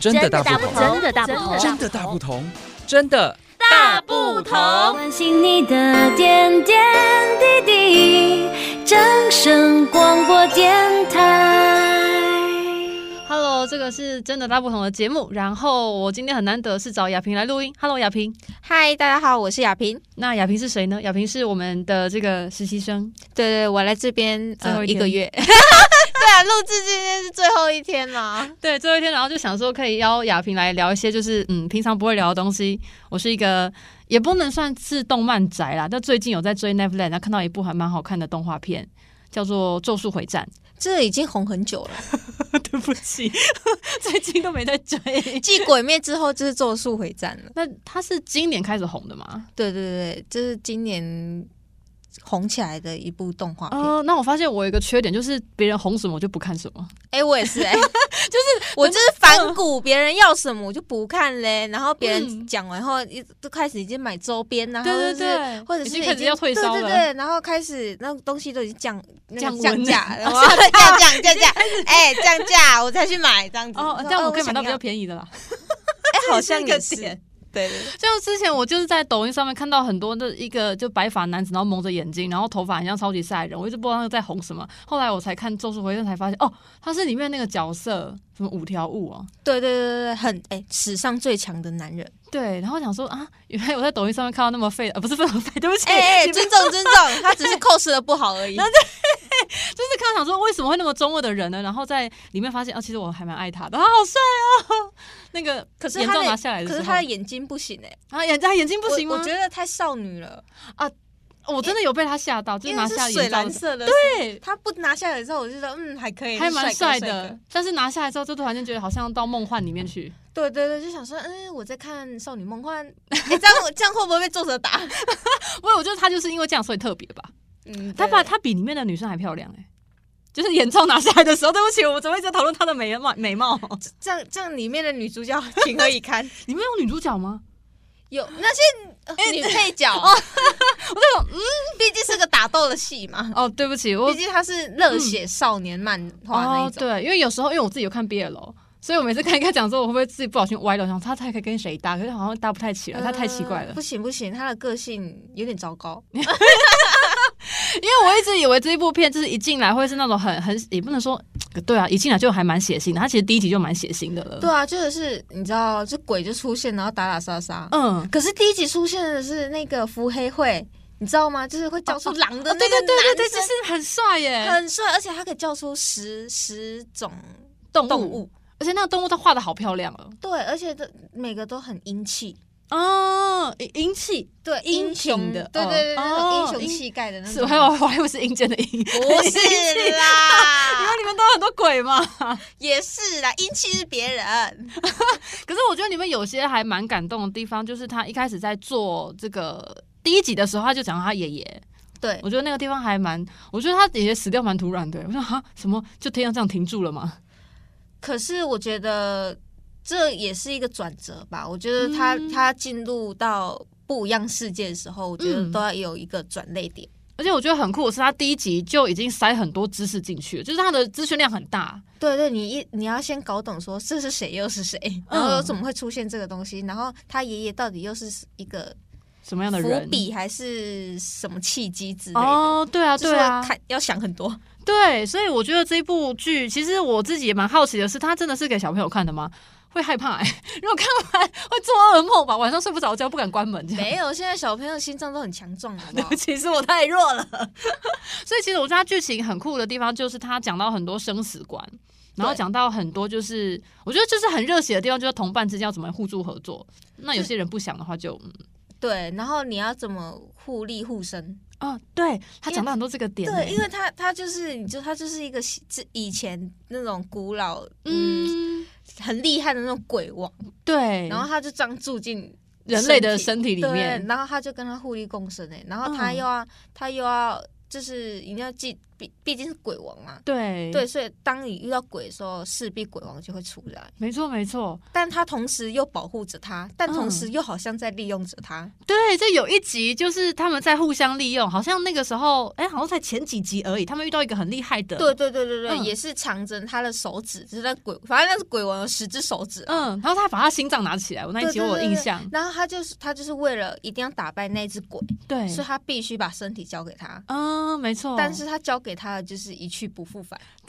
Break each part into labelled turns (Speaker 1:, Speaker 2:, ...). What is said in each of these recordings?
Speaker 1: 真的大
Speaker 2: 大
Speaker 1: 不同，
Speaker 2: 真的大不同，
Speaker 1: 真的大不同，真的
Speaker 2: 大不同。
Speaker 3: 关心你的点点滴滴，掌声广播电台。
Speaker 4: Hello，这个是真的大不同的节目。然后我今天很难得是找亚萍来录音。Hello，亚萍。
Speaker 2: 嗨，大家好，我是雅萍。
Speaker 4: 那亚萍是谁呢？亚萍是我们的这个实习生，
Speaker 2: 对对，我来这边
Speaker 4: 最后
Speaker 2: 呃
Speaker 4: 一
Speaker 2: 一
Speaker 4: 天
Speaker 2: 个月。对啊，录制今天是最后一天啦。
Speaker 4: 对，最后一天，然后就想说可以邀亚萍来聊一些就是嗯平常不会聊的东西。我是一个也不能算是动漫宅啦，但最近有在追 Netflix，然后看到一部还蛮好看的动画片，叫做《咒术 回战
Speaker 2: 这已经红很久了，》。
Speaker 4: 对不起， 最近都没在追。
Speaker 2: 继《鬼灭》之后就是《咒术回战》了。
Speaker 4: 那它是今年开始红的吗？
Speaker 2: 对对对，这是今年红起来的一部动画片。
Speaker 4: 呃，那我发现我有一个缺点，就是别人红什么我就不看什么。
Speaker 2: 哎、我也是 哎、就是我就是反骨，别人要什么我就不看嘞。然后别人
Speaker 4: 嗯
Speaker 2: 讲完后，一都开始已经买周边，然后、
Speaker 4: 对
Speaker 2: 就
Speaker 4: 对
Speaker 2: 是
Speaker 4: 对
Speaker 2: 或者是
Speaker 4: 已经开始要退烧
Speaker 2: 对
Speaker 4: 了
Speaker 2: 对对，然后开始那东西都已经降那个
Speaker 4: 降温
Speaker 2: 降价，
Speaker 4: 了
Speaker 2: 然后降价降价，哎、降价我再去买这样子。
Speaker 4: 哦，
Speaker 2: 说
Speaker 4: 这样我可以买到
Speaker 2: 嗯想
Speaker 4: 比较
Speaker 2: 要
Speaker 4: 便宜的啦。
Speaker 2: 哎、 好
Speaker 4: 这也
Speaker 2: 像
Speaker 4: 是一个
Speaker 2: 也是，对对对
Speaker 4: 点就之前我就是在抖音上面看到很多的一个就白发男子，然后蒙着眼睛，然后头发很像超级赛亚人，我一直不知道他在红什么。后来我才看《咒术回战》，才发现哦，他是里面那个角色什么五条悟哦。
Speaker 2: 对对对对，很哎、史上最强的男人，
Speaker 4: 对，然后想说啊，原来我在抖音上面看到那么废 的，呃，不是不是废，对不起，
Speaker 2: 哎、哎、
Speaker 4: 你们
Speaker 2: 尊重尊重，他 只是 cos 的不好而已。
Speaker 4: 就是看到想说为什么会那么中二的人呢？然后在里面发现啊，其实我还蛮爱他的，他好帅哦。 那个
Speaker 2: 可是
Speaker 4: 眼
Speaker 2: 他
Speaker 4: 罩
Speaker 2: 的
Speaker 4: 拿下来的
Speaker 2: 可
Speaker 4: 时
Speaker 2: 是
Speaker 4: 候，
Speaker 2: 他的眼睛不行哎、
Speaker 4: 啊眼他眼睛不行吗？
Speaker 2: 我，我觉得太少女了。
Speaker 4: 得哦我真的有被他吓到，就是
Speaker 2: 因
Speaker 4: 拿
Speaker 2: 为是
Speaker 4: 下
Speaker 2: 水
Speaker 4: 眼罩
Speaker 2: 蓝
Speaker 4: 的时候，
Speaker 2: 色的，
Speaker 4: 对，
Speaker 2: 他不拿下来之后，我就觉得嗯还可以，
Speaker 4: 还蛮
Speaker 2: 是
Speaker 4: 帅
Speaker 2: 哥
Speaker 4: 的。，但是拿下来之后，就突然间觉得好像到梦幻里面 去。
Speaker 2: 对对对，就想说，嗯，我在看《少女梦幻》 诶，这样我这样会不会被作者 打？
Speaker 4: 不是，我觉得他就是因为这样，所以特别吧。
Speaker 2: 嗯，
Speaker 4: 他
Speaker 2: 对
Speaker 4: 把他比里面的女生还漂亮哎、就是眼罩拿下来的时候，对不起，我怎么一直在讨论她的美貌美貌？
Speaker 2: 这样这样里面的女主角情何以堪？
Speaker 4: 里面有女主角吗？
Speaker 2: 有那 些呃女配角，我那种嗯，毕竟是个打斗的戏嘛，
Speaker 4: 哦，对不起，我嗯
Speaker 2: 毕竟它是热血少年漫画那一
Speaker 4: 哦
Speaker 2: 种。
Speaker 4: 对，因为有时候因为我自己有看 BL，所以我每次看一看讲说，我会不会自己不小心歪了？我想他他可以跟谁搭，可是好像搭不太起来，他太奇怪了嗯
Speaker 2: 呃不。行不行，他的个性有点糟糕。
Speaker 4: 因为我一直以为这一部片就是一进来会是那种很很也不能说对啊，一进来就还蛮血腥的，他其实第一集就蛮血腥的了。
Speaker 2: 对，啊，就是你知道，这鬼就出现，然后打打杀杀，
Speaker 4: 嗯，
Speaker 2: 可是第一集出现的是那个伏黑会，你知道吗？就是会叫出狼的那
Speaker 4: 哦
Speaker 2: 个
Speaker 4: 对对对对
Speaker 2: 男
Speaker 4: 对，就
Speaker 2: 生
Speaker 4: 是很帅耶，
Speaker 2: 很帅，而且他可以叫出十十种
Speaker 4: 动物，
Speaker 2: 动物。
Speaker 4: 而且那个动物它画的好漂亮哦。
Speaker 2: 对，而且都每个都很英气，
Speaker 4: 哦，英英气
Speaker 2: 对
Speaker 4: 英
Speaker 2: 英雄
Speaker 4: 挺的
Speaker 2: 对对对，
Speaker 4: 哦
Speaker 2: 那
Speaker 4: 哦
Speaker 2: 种英雄
Speaker 4: 英
Speaker 2: 气概的那
Speaker 4: 是，
Speaker 2: 种。
Speaker 4: 我还有我还以为是阴间的阴，
Speaker 2: 不
Speaker 4: 英气
Speaker 2: 是 啦，
Speaker 4: 那里面都有很多鬼嘛。
Speaker 2: 也是啦，英气是别人。
Speaker 4: 可是我觉得里面有些还蛮感动的地方，就是他一开始在做这个第一集的时候，他就讲到他爷爷，
Speaker 2: 对，
Speaker 4: 我觉得那个地方还蛮，我觉得他爷爷死掉蛮突然的。我说哈，什么就天上这样停住了吗？
Speaker 2: 可是我觉得这也是一个转折吧。我觉得他、
Speaker 4: 嗯
Speaker 2: 他进入到不一样世界的时候，我觉得
Speaker 4: 嗯
Speaker 2: 都要有一个转泪点。
Speaker 4: 而且我觉得很酷的是，他第一集就已经塞很多知识进去了，就是他的资讯量很大。
Speaker 2: 对对，你一你要先搞懂说这是谁又是谁，然后又怎么会出现这个东西，然后他爷爷到底又是一个
Speaker 4: 什么样的人
Speaker 2: 伏？笔还是什么契机之类的。
Speaker 4: 哦，对啊，
Speaker 2: 就是
Speaker 4: 对啊，
Speaker 2: 看要想很多，
Speaker 4: 对，所以我觉得这部剧，其实我自己也蛮好奇的是，它真的是给小朋友看的吗？会害怕、欸， 如果看完会做噩梦吧，晚上睡不着觉，不敢关门这 样。
Speaker 2: 没有，现在小朋友心脏都很强壮，好不 好？
Speaker 4: 其实我太弱了， 所以其实我觉得它剧情很酷的地方就是它讲到很多生死观，然后
Speaker 2: 对
Speaker 4: 讲到很多就是我觉得就是很热血的地方，就是同伴之间要怎么互助合作。那有些人不想的话就，嗯
Speaker 2: 对，然后你要怎么互利互生？
Speaker 4: 哦，对他
Speaker 2: 因为
Speaker 4: 讲到很多这个点、欸，
Speaker 2: 对，因为他他就是，你就他就是一个这以前那种古老，嗯，
Speaker 4: 嗯，
Speaker 2: 很厉害的那种鬼王，
Speaker 4: 对，
Speaker 2: 然后他就这样住进
Speaker 4: 人类的身体里
Speaker 2: 对，
Speaker 4: 面，
Speaker 2: 欸然后他就跟他互利共生哎、然后他
Speaker 4: 嗯
Speaker 2: 又要、他又要就是一定要记毕毕竟是鬼王嘛，
Speaker 4: 对
Speaker 2: 对，，所以当你遇到鬼的时候，势必鬼王就会出来，
Speaker 4: 没错没错，
Speaker 2: 但他同时又保护着他，但同
Speaker 4: 嗯
Speaker 2: 时又好像在利用着他。
Speaker 4: 对，这有一集就是他们在互相利用，好像那个时候，哎，好像才前几集而已，他们遇到一个很厉害的，
Speaker 2: 对，对对对对，
Speaker 4: 嗯
Speaker 2: 也是藏着他的手指，就是那鬼，反正那是鬼王有十只手指。
Speaker 4: 嗯，然后他把他心脏拿起来，我那一集
Speaker 2: 对对
Speaker 4: 我有
Speaker 2: 对
Speaker 4: 印
Speaker 2: 对
Speaker 4: 象，
Speaker 2: 然后他就是他就是为了一定要打败那只鬼，
Speaker 4: 对，
Speaker 2: 所以他必须把身体交给他。
Speaker 4: 嗯，没错，
Speaker 2: 但是他交给他的就是一去不复返，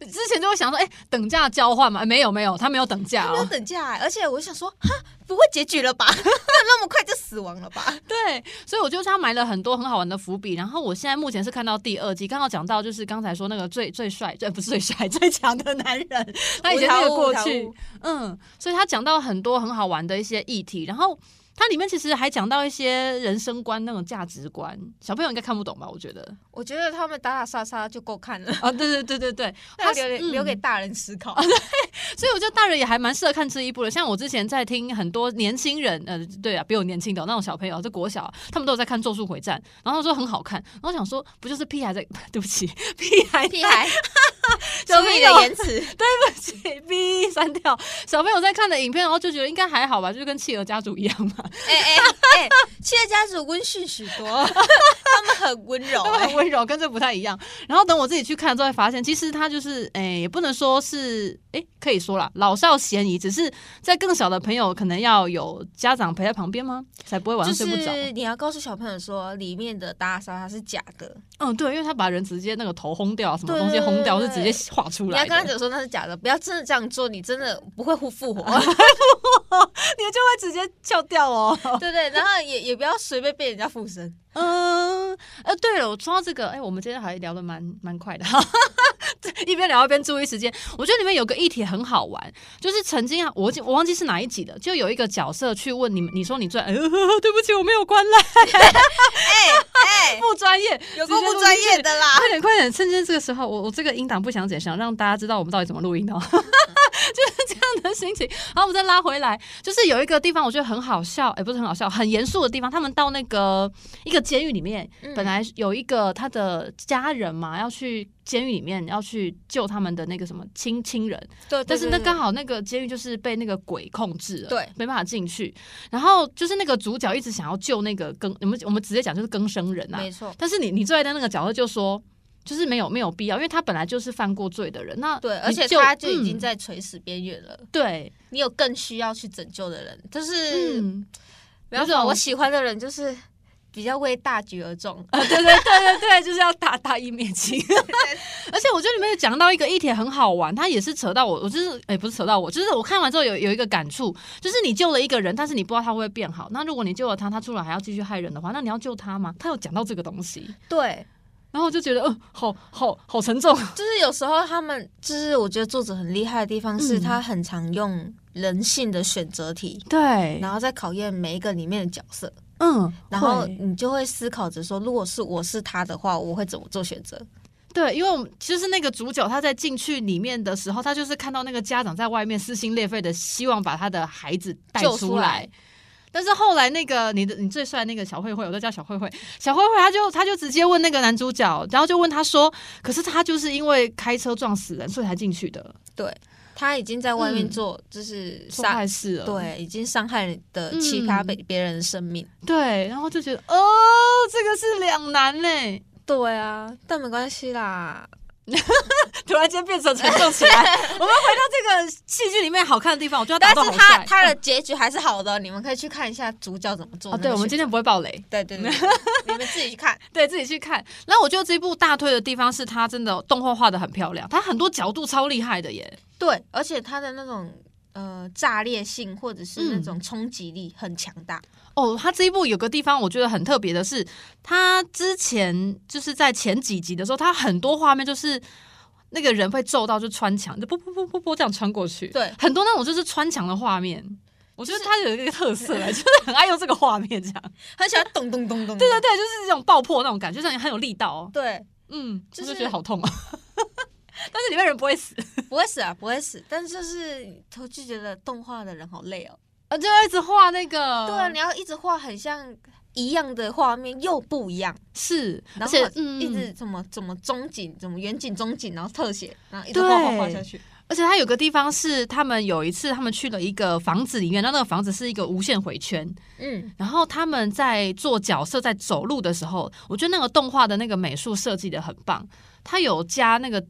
Speaker 4: 之前就会想说，哎、等价交换嘛、哎没有没有，他没有等价
Speaker 2: 他没有
Speaker 4: 哦。
Speaker 2: 等价、而且我想说，哈，不会结局了吧？ 他那么快就死亡了吧？
Speaker 4: 对，所以我就是他埋了很多很好玩的伏笔。然后我现在目前是看到第二季，刚好讲到就是刚才说那个最最帅，呃最不是最帅 最强的男人，他以前那个过
Speaker 2: 无
Speaker 4: 去，嗯，所以他讲到很多很好玩的一些议题，然后。它里面其实还讲到一些人生观那种价值观，小朋友应该看不懂吧？我觉得
Speaker 2: 我觉得他们打打杀杀就够看了，
Speaker 4: 啊，对对对对对，
Speaker 2: 那 留
Speaker 4: 是
Speaker 2: 给、
Speaker 4: 嗯
Speaker 2: 留给大人思 考。
Speaker 4: 所以我觉得大人也还蛮适合看这一部的。像我之前在听很多年轻人，呃，对啊，比我年轻的那种小朋友，就国小，他们都有在看《咒术回战》，然后他说很好看，然后我想说不就是屁孩在， 对不起，屁孩
Speaker 2: 屁 孩，
Speaker 4: 小
Speaker 2: 注
Speaker 4: 朋
Speaker 2: 意
Speaker 4: 友
Speaker 2: 的言 辞，
Speaker 4: 逼删掉小朋友在看的影片，然后就觉得应该还好吧，就是跟《企鹅家族》一样嘛，
Speaker 2: 哎哎哎，企业家族温驯许多， 他们很温柔、
Speaker 4: 他们很温柔，跟这不太一样。然后等我自己去看之后，发现其实他就是，哎、也不能说是，哎、可以说啦，老少咸宜，只是在更小的朋友可能要有家长陪在旁边吗，才不会晚
Speaker 2: 就
Speaker 4: 上睡不着。
Speaker 2: 是你要告诉小朋友说，里面的打打杀杀是假的，
Speaker 4: 嗯，对，因为他把人直接那个头轰掉，啊什么
Speaker 2: 对
Speaker 4: 东西轰掉
Speaker 2: 对对
Speaker 4: 是直接画出
Speaker 2: 你
Speaker 4: 来
Speaker 2: 要
Speaker 4: 的，
Speaker 2: 跟他讲说那是假的，不要真的这样做，你真的不会复活，
Speaker 4: 你就会直接翘掉哦。
Speaker 2: 对对，然后也也不要随便被人家附身。
Speaker 4: 嗯，呃，对了，我说到这个，哎，我们今天还聊得蛮蛮快的， 一边聊一边注意时间。我觉得里面有个议题很好玩，就是曾经啊，我忘记我忘记是哪一集的，就有一个角色去问你们，你说你最， 呃，对不起，我没有关赖，
Speaker 2: 哎、
Speaker 4: 不专业，
Speaker 2: 有够不专业的啦！
Speaker 4: 快点快点，趁现在这个时候，我我这个音档不想剪，想让大家知道我们到底怎么录音的哦， 就是这样的心情。然后我们再拉回来，就是有一个地方我觉得很好笑，哎、不是很好笑，很严肃的地方。他们到那个一个监狱里面，
Speaker 2: 嗯
Speaker 4: 本来有一个他的家人嘛，要去监狱里面要去救他们的那个什么亲亲人，
Speaker 2: 对，
Speaker 4: 但是那刚
Speaker 2: 好
Speaker 4: 好那个监狱就是被那个鬼控制了，
Speaker 2: 对，
Speaker 4: 没办法进去。然后就是那个主角一直想要救那个更，我们我们直接讲就是更生人啊，
Speaker 2: 没错，
Speaker 4: 但是你你最爱的那个角色就说，就是没有没有必要，因为他本来就是犯过罪的人。那
Speaker 2: 对，
Speaker 4: 你
Speaker 2: 而且他就已
Speaker 4: 嗯
Speaker 2: 经在垂死边缘了。
Speaker 4: 对，
Speaker 2: 你有更需要去拯救的人，就是、
Speaker 4: 嗯，
Speaker 2: 没有
Speaker 4: 有种
Speaker 2: 我 喜欢的人就是比较为大局而重。
Speaker 4: 啊，对对对对对，就是要打打一灭亲。 而且我觉得里面有讲到一个议题很好玩，它也是扯到我，我就是哎、不是扯到我，就是我看完之后有有一个感触，就是你救了一个人，但是你不知道他会不会变好。那如果你救了他，他出来还要继续害人的话，那你要救他吗？他有讲到这个东西，
Speaker 2: 对，
Speaker 4: 然后我就觉得，嗯、好好好沉重。
Speaker 2: 就是有时候他们，就是我觉得作者很厉害的地方是，
Speaker 4: 嗯
Speaker 2: 他很常用人性的选择题，
Speaker 4: 对，
Speaker 2: 然后再考验每一个里面的角色，
Speaker 4: 嗯，
Speaker 2: 然后
Speaker 4: 会
Speaker 2: 你就会思考着说，如果是我是他的话，我会怎么做选择？
Speaker 4: 对，因为我们就是那个主角，他在进去里面的时候，他就是看到那个家长在外面撕心裂肺的，希望把他的孩子带
Speaker 2: 救
Speaker 4: 出
Speaker 2: 出
Speaker 4: 来
Speaker 2: 来。
Speaker 4: 但是后来，那个你的你最帅的那个小慧慧，我都叫小慧慧，小慧慧，他就他就直接问那个男主角，然后就问他说：“可是他就是因为开车撞死人，所以才进去的，
Speaker 2: 对他已经在外面
Speaker 4: 嗯
Speaker 2: 做，就是
Speaker 4: 受
Speaker 2: 伤，
Speaker 4: 害事了。”
Speaker 2: 对，已经伤害的其他
Speaker 4: 嗯
Speaker 2: 别别人的生命。
Speaker 4: 对，然后就觉得哦，这个是两难嘞，
Speaker 2: 对啊，但没关系啦，
Speaker 4: 突然间变成沉重起来。 我们回到这个戏剧里面好看的地方，我觉得
Speaker 2: 哦但
Speaker 4: 打
Speaker 2: 是
Speaker 4: 断好
Speaker 2: 他
Speaker 4: 帅
Speaker 2: 他的结局还是好的，你们可以去看一下主角怎么做。
Speaker 4: 哦，对，我们今天不会爆雷。
Speaker 2: 对对对， 对你们自己去看。
Speaker 4: 对自己去看。然后我觉得这部大推的地方是它真的动画画的很漂亮，它很多角度超厉害的耶。
Speaker 2: 对，而且他的那种呃炸裂性或者是
Speaker 4: 嗯
Speaker 2: 那种冲击力很强大。
Speaker 4: 哦，它这一部有个地方我觉得很特别的是，它之前就是在前几集的时候，它很多画面就是。那个人会皱到就穿墙，就啵啵啵啵啵这样穿过去。
Speaker 2: 对
Speaker 4: 很多那种就是穿墙的画面，我觉得它有一个特色来，就是很爱用这个画面这样。
Speaker 2: 很喜欢咚咚咚咚。
Speaker 4: 对对对，就是这种爆破那种感觉，就是很有力道、哦。
Speaker 2: 对
Speaker 4: 嗯，
Speaker 2: 就
Speaker 4: 我就是觉得好痛啊。 但是里面人不会死，
Speaker 2: 对，不会死啊，不会死。但是就是我就觉得动画的人好累哦。
Speaker 4: 呃
Speaker 2: 哦
Speaker 4: 啊，就要一直画那个。
Speaker 2: 对啊，你要一直画很像一样的画面又不一样，
Speaker 4: 是，而
Speaker 2: 然后
Speaker 4: 且
Speaker 2: 一直
Speaker 4: 嗯，
Speaker 2: 怎么怎么中景，怎么远景、中景，然后特写，然后一直
Speaker 4: 对
Speaker 2: 画画画下去。
Speaker 4: 而且它有个地方是他们有一次他们去了一个房子里面，那那个房子是一个无限回圈，
Speaker 2: 嗯，
Speaker 4: 然后他们在做角色在走路的时候，我觉得那个动画的那个美术设计的很棒，它有加那个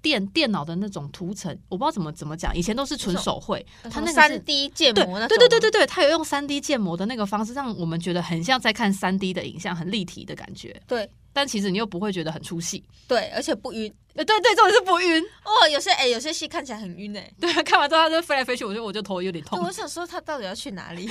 Speaker 4: 电电脑的那种图层，我不知道怎么怎么讲，以前都是纯手绘，它那个是
Speaker 2: 呃三 D 建
Speaker 4: 对
Speaker 2: 模嗯那
Speaker 4: 对
Speaker 2: 种
Speaker 4: 对对对对，它有用三 D 建模的那个方式，让我们觉得很像在看三 D 的影像，很立体的感觉，
Speaker 2: 对
Speaker 4: 但其实你又不会觉得很出戏。
Speaker 2: 对，而且不晕
Speaker 4: 呃，对对，重点是不晕。
Speaker 2: 哦。有些哎、有些戏看起来很晕哎、
Speaker 4: 对，啊看完之后它就飞来飞去，我就我就头有点
Speaker 2: 对，
Speaker 4: 痛。
Speaker 2: 我想说他到底要去哪 里？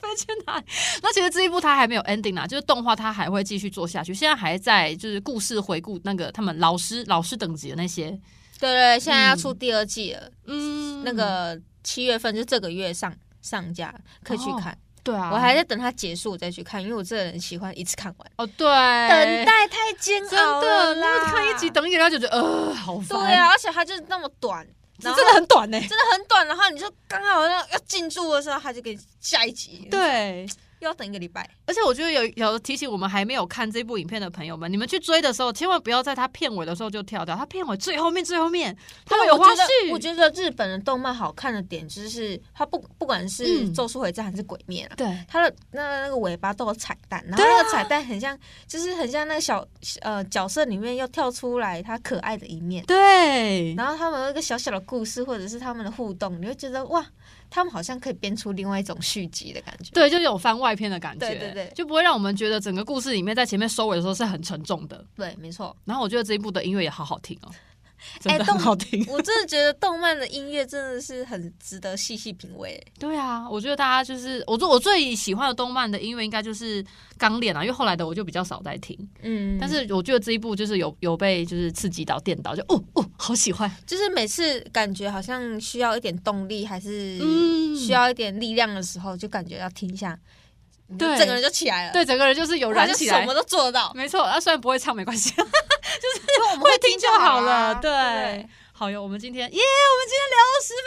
Speaker 4: 飞去哪里？ 那其实这一部它还没有 ending 啦，就是动画它还会继续做下去，现在还在就是故事回顾那个他们老师老师等级的那些，
Speaker 2: 对对，现在要出第二季了，
Speaker 4: 嗯
Speaker 2: 那个七月份就这个月上上架，可以去看。
Speaker 4: 对啊，
Speaker 2: 我还在等它结束我再去看，因为我这个人喜欢一次看完。
Speaker 4: 哦对，
Speaker 2: 等待太煎
Speaker 4: 真
Speaker 2: 熬
Speaker 4: 的，
Speaker 2: 了
Speaker 4: 那
Speaker 2: 啦，
Speaker 4: 看一集等一集，然后就觉得呃好烦，
Speaker 2: 对啊，而且它就是那么短，
Speaker 4: 这
Speaker 2: 然后
Speaker 4: 真的很短呢、
Speaker 2: 真的很短，然后你就刚好要要进驻的时候，它就给你下一集，，
Speaker 4: 对，
Speaker 2: 又要等一个礼拜。
Speaker 4: 而且我觉得有有提醒我们还没有看这部影片的朋友们，你们去追的时候，千万不要在它片尾的时候就跳掉，它片尾最后面最后面，他们有
Speaker 2: 啊我觉
Speaker 4: 花
Speaker 2: 得
Speaker 4: 絮，
Speaker 2: 我觉得日本的动漫好看的点就是它不不管是
Speaker 4: 嗯
Speaker 2: 《咒术回战》还是《鬼灭》啊，
Speaker 4: 对，
Speaker 2: 它的那那个尾巴都有彩蛋，然后
Speaker 4: 对啊
Speaker 2: 那个彩蛋很像，就是很像那个小呃角色里面又跳出来他可爱的一面，
Speaker 4: 对，
Speaker 2: 然后他们有一个小小的故事或者是他们的互动，你会觉得哇，他们好像可以编出另外一种续集的感觉。
Speaker 4: 对，就有番外篇的感觉，
Speaker 2: 对对对
Speaker 4: 就不会让我们觉得整个故事里面在前面收尾的时候是很沉重的。
Speaker 2: 对，没错，
Speaker 4: 然后我觉得这一部的音乐也好好听 哦，真
Speaker 2: 哎
Speaker 4: 的
Speaker 2: 动
Speaker 4: 很好听。
Speaker 2: 我真的觉得动漫的音乐真的是很值得细细品味。
Speaker 4: 对啊，我觉得大家就是我最我最喜欢的动漫的音乐应该就是《钢炼》啊，因为后来的我就比较少在听，
Speaker 2: 嗯
Speaker 4: 但是我觉得这一部就是有有被就是刺激到、电到，就哦哦，好喜欢。
Speaker 2: 就是每次感觉好像需要一点动力，还是
Speaker 4: 嗯
Speaker 2: 需要一点力量的时候，就感觉要停一下，你就
Speaker 4: 对
Speaker 2: 整个人就起来了。
Speaker 4: 对，整个人就是有
Speaker 2: 呃我好
Speaker 4: 燃
Speaker 2: 像
Speaker 4: 起
Speaker 2: 什
Speaker 4: 来
Speaker 2: 么。都做得到，
Speaker 4: 没错，啊，虽然不会唱没关系，
Speaker 2: 因为我们
Speaker 4: 会
Speaker 2: 听
Speaker 4: 听就
Speaker 2: 好
Speaker 4: 好
Speaker 2: 啊
Speaker 4: 了。对，
Speaker 2: 对
Speaker 4: 好哟，我们今天耶，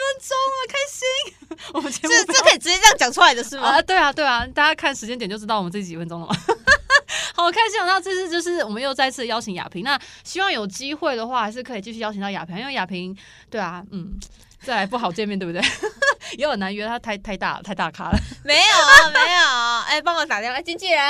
Speaker 4: 我们今天聊了十分钟了，开心。 我们节
Speaker 2: 不
Speaker 4: 目
Speaker 2: 对，这这可以直接这样讲出来的是吗？
Speaker 4: 啊，对啊，对啊，大家看时间点就知道我们这几分钟了嘛。 好开心啊！那这次就是我们又再次邀请亚萍，那希望有机会的话，还是可以继续邀请到亚萍，因为亚萍，对啊，嗯，再来不好见面，对不 对？也很难约，他太太大了，太大咖了。
Speaker 2: 没有啊，没有啊，哎，帮我打电话，哎经纪 人，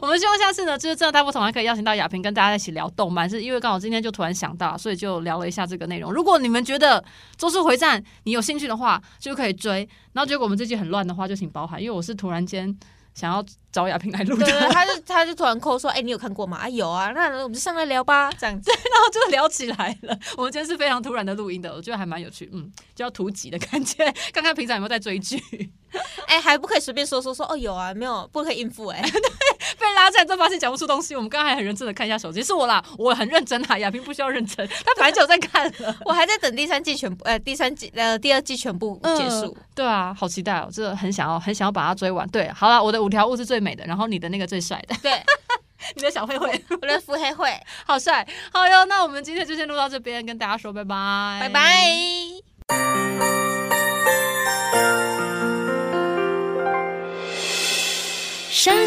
Speaker 4: 我们希望下次呢，就是真的大不同，还可以邀请到亚萍跟大家一起聊动漫，是因为刚好今天就突然想到，所以就聊了一下这个内容。如果你们觉得《咒术回战》你有兴趣的话，就可以追。然后结果我们这集很乱的话，就请包涵，因为我是突然间想要找亚萍来录的。
Speaker 2: 对 对， 他就他就突然扣说，哎，你有看过吗？啊，有啊，那我们就上来聊吧，这样子。
Speaker 4: 然后就聊起来了。我们今天是非常突然的录音的，我觉得还蛮有趣，嗯，就要突击的感觉，看看平常有没有在追剧，
Speaker 2: 哎，还不可以随便说说说，哦，有啊，没有，不可以应付， 哎，
Speaker 4: 被拉进来之后发现讲不出东西。我们刚才还很认真的看一下手机，是我啦，我很认真啦，亚萍不需要认真，她本来就有在看了。
Speaker 2: 我还在等第三季全部，呃，第三季呃第二季全部结束。
Speaker 4: 对啊，好期待哦！真的很想要，很想要把它追完。对，好了，我的五条悟是最美的，然后你的那个最帅的，
Speaker 2: 对，
Speaker 4: 你的小慧慧
Speaker 2: 我的腹黑会，
Speaker 4: 好帅，好哟。那我们今天就先录到这边，跟大家说拜拜，
Speaker 2: 拜拜。
Speaker 3: 伤